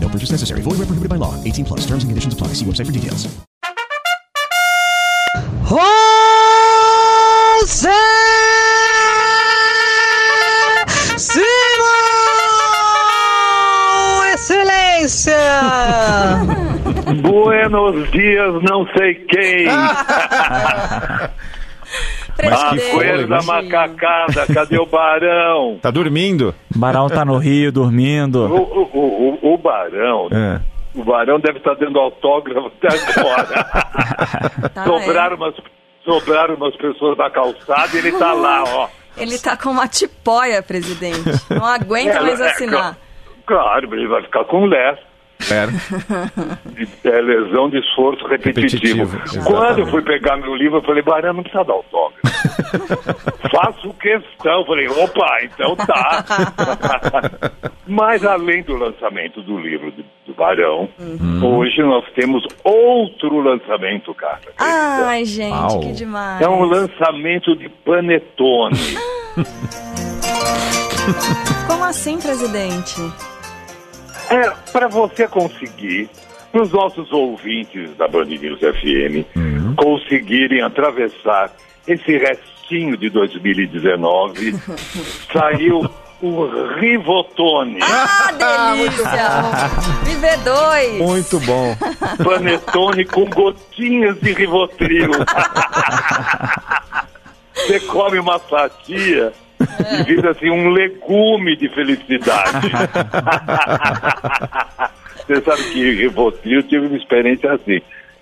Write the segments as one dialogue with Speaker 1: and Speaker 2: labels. Speaker 1: No purchase necessary. Void where prohibited by law. 18 plus. Terms and conditions apply. See website for details.
Speaker 2: Jose Simão! Excelência!
Speaker 3: Buenos dias, não sei quem.
Speaker 4: Mas
Speaker 3: A
Speaker 4: que
Speaker 3: coisa
Speaker 4: fôlego.
Speaker 3: da macacada, cadê o Barão?
Speaker 4: Tá dormindo?
Speaker 5: Barão tá no Rio
Speaker 3: O,
Speaker 5: dormindo.
Speaker 3: o, o- o- o Barão,
Speaker 4: É.
Speaker 3: o Barão deve estar dando autógrafo até agora.
Speaker 6: Tá,
Speaker 3: sobraram, umas, sobraram umas pessoas da calçada e ele tá lá, ó.
Speaker 6: é. Ele tá com uma tipóia, presidente. Não aguenta mais
Speaker 3: É, é,
Speaker 6: assinar.
Speaker 3: Claro, ele vai ficar com lés.
Speaker 4: Era.
Speaker 3: É lesão de esforço repetitivo.
Speaker 4: Repetitivo, exatamente.
Speaker 3: Quando eu fui pegar meu livro, eu falei, Barão, não precisa dar autógrafo. Faço questão. Eu Falei, opa, então tá. Mas além do lançamento do livro do, do Barão,
Speaker 4: Uhum.
Speaker 3: hoje nós temos outro lançamento, cara.
Speaker 6: Ai, gente,
Speaker 4: Uau.
Speaker 6: que demais.
Speaker 3: É um lançamento de panetone.
Speaker 6: Como assim, presidente?
Speaker 3: É, para você conseguir, para os nossos ouvintes da Band News FM conseguirem atravessar esse restinho de 2019, saiu o Rivotone.
Speaker 6: Ah, delícia! Viver dois!
Speaker 4: Muito bom.
Speaker 3: Panetone com gotinhas de Rivotril. Você come uma fatia e vira assim um legume de felicidade. Você sabe que Rivotril eu tive uma experiência assim.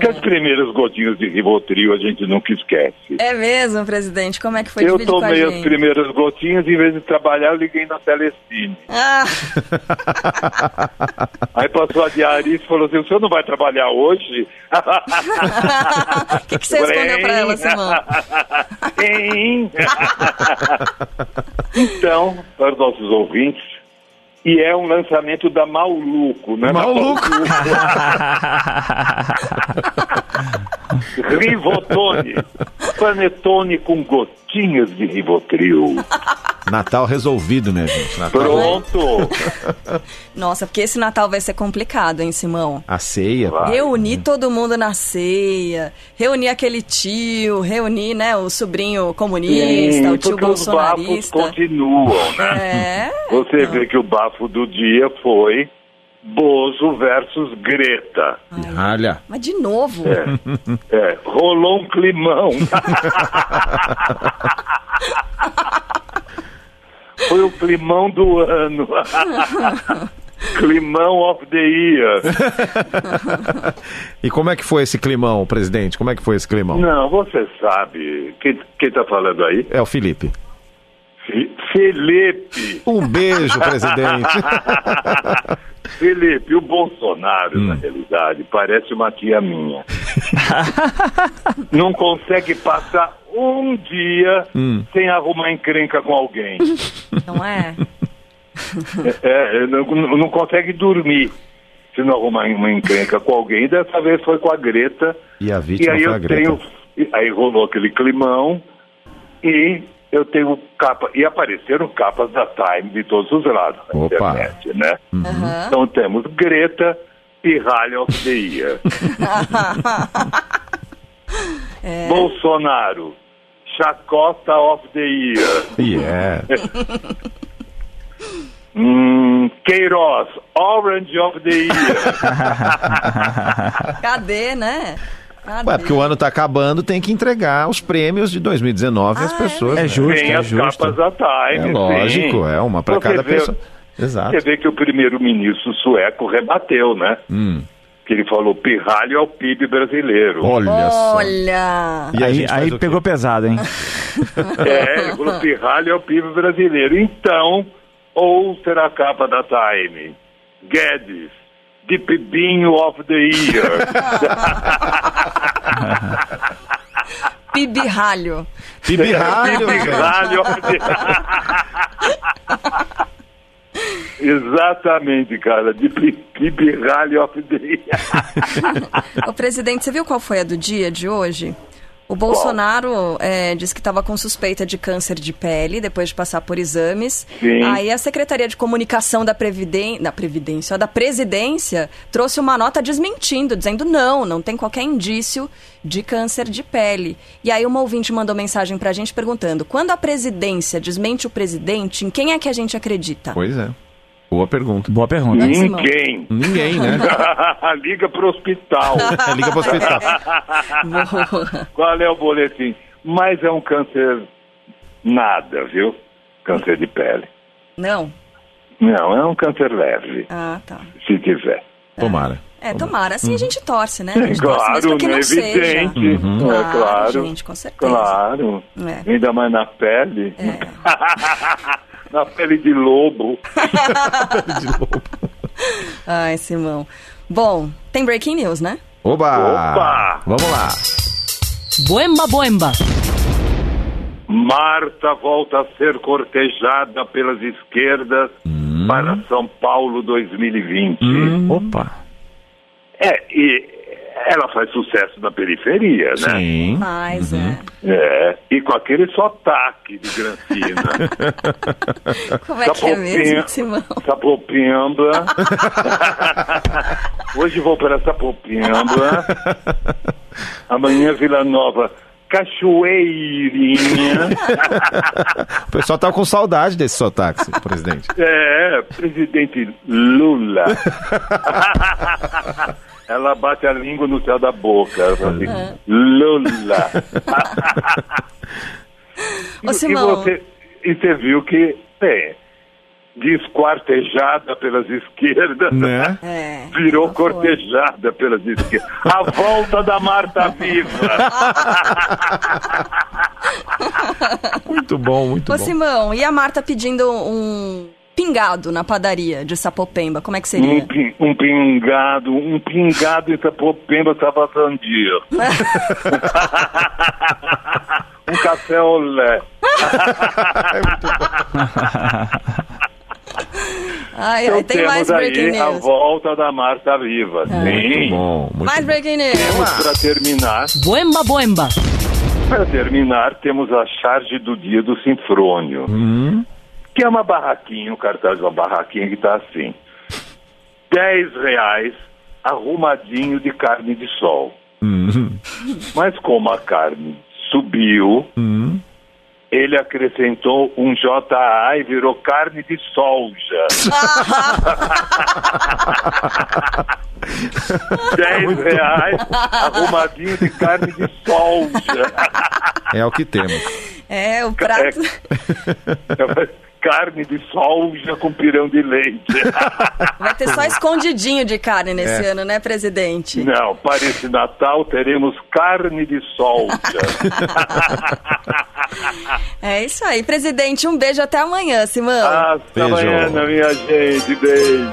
Speaker 3: Que as primeiras gotinhas de Rivotril a gente nunca esquece.
Speaker 6: É mesmo, presidente? Como é que foi
Speaker 3: eu
Speaker 6: dividir com a
Speaker 3: tomei as
Speaker 6: gente?
Speaker 3: primeiras gotinhas e em vez de trabalhar eu liguei na Telecine.
Speaker 6: Ah,
Speaker 3: Aí passou a diarista e falou assim, o senhor não vai trabalhar hoje?
Speaker 6: o que, que você respondeu pra ela, Simão?
Speaker 3: Hein? então, para os nossos ouvintes, e é um lançamento da Maluco, né?
Speaker 4: Maluco.
Speaker 3: Rivotone. Panetone com gotinhas de Rivotril.
Speaker 4: Natal resolvido, né, gente?
Speaker 6: Tá
Speaker 4: Natal.
Speaker 3: Pronto.
Speaker 6: Nossa, porque esse Natal vai ser complicado, hein, Simão?
Speaker 4: A ceia.
Speaker 3: Vai.
Speaker 6: Reunir todo mundo na ceia, reunir aquele tio, reunir, né, o sobrinho comunista, o tio
Speaker 3: porque os bafos
Speaker 6: bolsonarista.
Speaker 3: continuam, né?
Speaker 6: É.
Speaker 3: Você vê que o bafo do dia foi Bozo versus Greta.
Speaker 4: Olha.
Speaker 6: Mas de novo.
Speaker 3: É, rolou um climão. Foi o climão do ano. climão of the year.
Speaker 4: E como é que foi esse climão, presidente? Como é que foi esse climão?
Speaker 3: Não, você sabe. Quem, quem tá falando aí?
Speaker 4: É o Felipe.
Speaker 3: Fi- Felipe.
Speaker 4: Um beijo, presidente.
Speaker 3: Felipe, o Bolsonaro, na realidade, parece uma tia minha. Não consegue passar um dia sem arrumar encrenca com alguém.
Speaker 6: Não é?
Speaker 3: É, não, não consegue dormir. se não arrumar uma encrenca com alguém, dessa vez foi com a Greta.
Speaker 4: E a vítima
Speaker 3: aí
Speaker 4: foi a
Speaker 3: eu
Speaker 4: Greta.
Speaker 3: tenho, e aí rolou aquele climão e eu tenho capa e apareceram capas da Time de todos os lados na
Speaker 4: Opa. Uhum.
Speaker 3: internet, né? Então temos Greta e Rally of the Year. Bolsonaro, Chacota of the Year.
Speaker 4: Yeah.
Speaker 3: Hum, Queiroz, Orange of the Year.
Speaker 6: Cadê, né? Cadê?
Speaker 4: Ué, porque o ano tá acabando, tem que entregar os prêmios de 2019 às pessoas.
Speaker 5: É
Speaker 4: né?
Speaker 5: justo,
Speaker 3: tem
Speaker 5: é
Speaker 3: as
Speaker 5: justo.
Speaker 3: capas da Time.
Speaker 4: É lógico,
Speaker 3: Ah, sim.
Speaker 4: é uma pra
Speaker 3: Você
Speaker 4: cada
Speaker 3: vê-
Speaker 4: pessoa. Exato.
Speaker 3: Você vê que o primeiro-ministro sueco rebateu, né? Que ele falou pirralho é ao PIB brasileiro.
Speaker 4: Olha só.
Speaker 6: Olha!
Speaker 4: E a
Speaker 5: Aí,
Speaker 4: gente faz
Speaker 5: aí
Speaker 4: o quê?
Speaker 5: pegou pesado, hein?
Speaker 3: É, ele falou pirralho ao PIB brasileiro. Então, ou será a capa da Time? Guedes, Dipibinho of the Year.
Speaker 6: Pibirralho.
Speaker 4: Pibirralho, velho.
Speaker 3: pirralho of the Year. Exatamente, cara. Dipibirralho of the Year.
Speaker 6: Ô, presidente, você viu qual foi a do dia de hoje? O Bolsonaro eh, disse que estava com suspeita de câncer de pele depois de passar por exames.
Speaker 3: Sim.
Speaker 6: Aí a Secretaria de Comunicação da, Previden... da Previdência, ó, da Presidência, trouxe uma nota desmentindo, dizendo não, não tem qualquer indício de câncer de pele. E aí uma ouvinte mandou mensagem pra gente perguntando: quando a presidência desmente o presidente, em quem é que a gente acredita?
Speaker 4: Pois é. Boa pergunta.
Speaker 5: Boa pergunta.
Speaker 6: Não, Simão.
Speaker 3: Ninguém.
Speaker 4: Ninguém, né?
Speaker 3: Liga pro hospital.
Speaker 4: É, Liga pro hospital.
Speaker 6: Boa.
Speaker 3: Qual é o boletim? Mas é um câncer nada, viu? Câncer de pele.
Speaker 6: não?
Speaker 3: Não, é um câncer leve,
Speaker 6: Ah, tá.
Speaker 3: se tiver.
Speaker 4: Tomara.
Speaker 6: É, tomara. Assim a gente torce, né? A gente torce mesmo
Speaker 3: Uhum. claro,
Speaker 6: que
Speaker 3: né?
Speaker 6: não seja. Uhum.
Speaker 3: Evidente. É
Speaker 6: Claro,
Speaker 3: claro.
Speaker 6: gente, com certeza.
Speaker 3: Claro.
Speaker 6: É.
Speaker 3: Ainda mais na pele. na pele de lobo.
Speaker 6: Ai, Simão. Bom, tem breaking news, né?
Speaker 4: Oba!
Speaker 3: Opa!
Speaker 4: Vamos lá.
Speaker 2: Boemba, boemba.
Speaker 3: Marta volta a ser cortejada pelas esquerdas
Speaker 6: Hum.
Speaker 3: para São Paulo 2020.
Speaker 5: Opa.
Speaker 3: É, e ela faz sucesso na periferia, né?
Speaker 4: Sim.
Speaker 6: Mas,
Speaker 3: Uhum. É, e com aquele sotaque de Grancina.
Speaker 6: é. Como é que é mesmo, Simão?
Speaker 3: Sapopemba. Hoje vou para Sapopemba. Amanhã Vila Nova. Cachoeirinha.
Speaker 4: O pessoal tá com saudade desse sotaque, presidente.
Speaker 3: É, presidente Lula. Ela bate a língua no céu da boca. Ela fala assim, Lula.
Speaker 6: Ô, Simão.
Speaker 3: E você, e você viu que tem desquartejada pelas esquerdas.
Speaker 4: Né?
Speaker 6: É.
Speaker 3: Virou
Speaker 6: não foi.
Speaker 3: cortejada pelas esquerdas. A volta da Marta Viva.
Speaker 4: Muito bom, muito
Speaker 6: Ô,
Speaker 4: bom.
Speaker 6: Simão, e a Marta pedindo um pingado na padaria de Sapopemba? Como é que
Speaker 3: Um,
Speaker 6: seria?
Speaker 3: pin- um pingado, um pingado em Sapopemba tava sandia. um café olé.
Speaker 6: Ai, ai,
Speaker 3: Então
Speaker 6: É, tem
Speaker 3: temos
Speaker 6: mais
Speaker 3: aí
Speaker 6: breaking
Speaker 3: a
Speaker 6: news. É.
Speaker 3: volta da Marta Viva.
Speaker 4: Muito
Speaker 3: Sim.
Speaker 4: bom, muito
Speaker 6: Mais
Speaker 4: bom.
Speaker 6: breaking news.
Speaker 3: Temos para terminar,
Speaker 2: Boemba, boemba.
Speaker 3: para terminar, temos a charge do dia do Sinfrônio. Que é uma barraquinha, um cartaz de uma barraquinha que tá assim. 10 reais arrumadinho de carne de sol. Mas como a carne subiu, ele acrescentou um JA e virou carne de soja. 10 reais arrumadinho de carne de soja.
Speaker 4: É o que temos.
Speaker 6: É, o prato.
Speaker 3: carne de soja com pirão de leite. Ah,
Speaker 6: Vai ter só escondidinho de carne nesse
Speaker 4: É.
Speaker 6: ano, né, presidente?
Speaker 3: Não, para esse Natal teremos carne de soja.
Speaker 6: É isso aí. Presidente, um beijo até amanhã, Simão.
Speaker 3: Hasta
Speaker 4: Beijo.
Speaker 3: amanhã, Ah, minha gente. Beijo.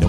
Speaker 1: No